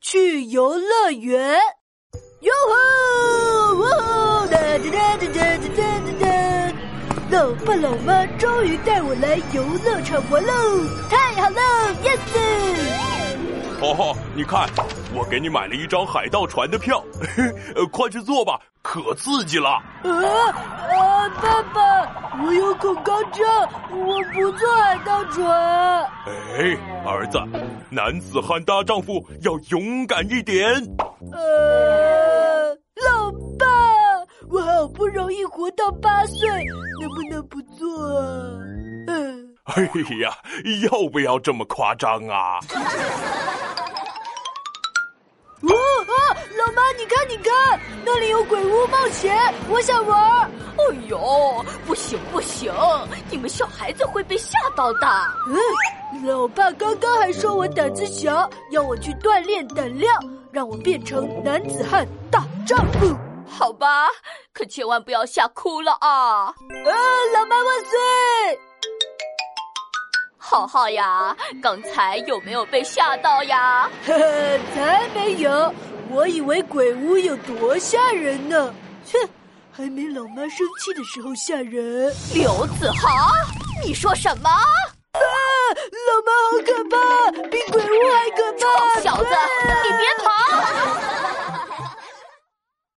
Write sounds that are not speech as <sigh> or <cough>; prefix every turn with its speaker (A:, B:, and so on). A: 去游乐园。哟吼！哇吼！哒哒哒哒哒哒哒哒！老爸老妈终于带我来游乐场玩喽！太好了，yes！
B: 哦吼，你看，我给你买了一张海盗船的票， <laughs> 呃快去坐吧，可刺激了。
A: 啊啊！爸爸，我有恐高症，我不坐海盗船。
B: 哎，儿子，男子汉大丈夫要勇敢一点。
A: 呃，老爸，我好不容易活到八岁，能不能不做啊？嗯、
B: 哎呀，要不要这么夸张啊？
A: 哦啊，老妈，你看，你看，那里有鬼屋冒险，我想玩儿。
C: 哎呦，不行不行，你们小孩子会被吓到的。
A: 嗯，老爸刚刚还说我胆子小，要我去锻炼胆量，让我变成男子汉大丈夫。啊
C: 好吧，可千万不要吓哭了啊！
A: 啊，老妈万岁！ <laughs>
C: 浩浩呀，刚才有没有被吓到呀？
A: 呵呵，才没有！我以为鬼屋有多吓人呢，哼，还没老妈生气的时候吓人。
C: 刘子豪，你说什么？
A: 啊，老妈好可怕，比鬼屋还可怕！
C: <laughs> 臭小子，你别跑！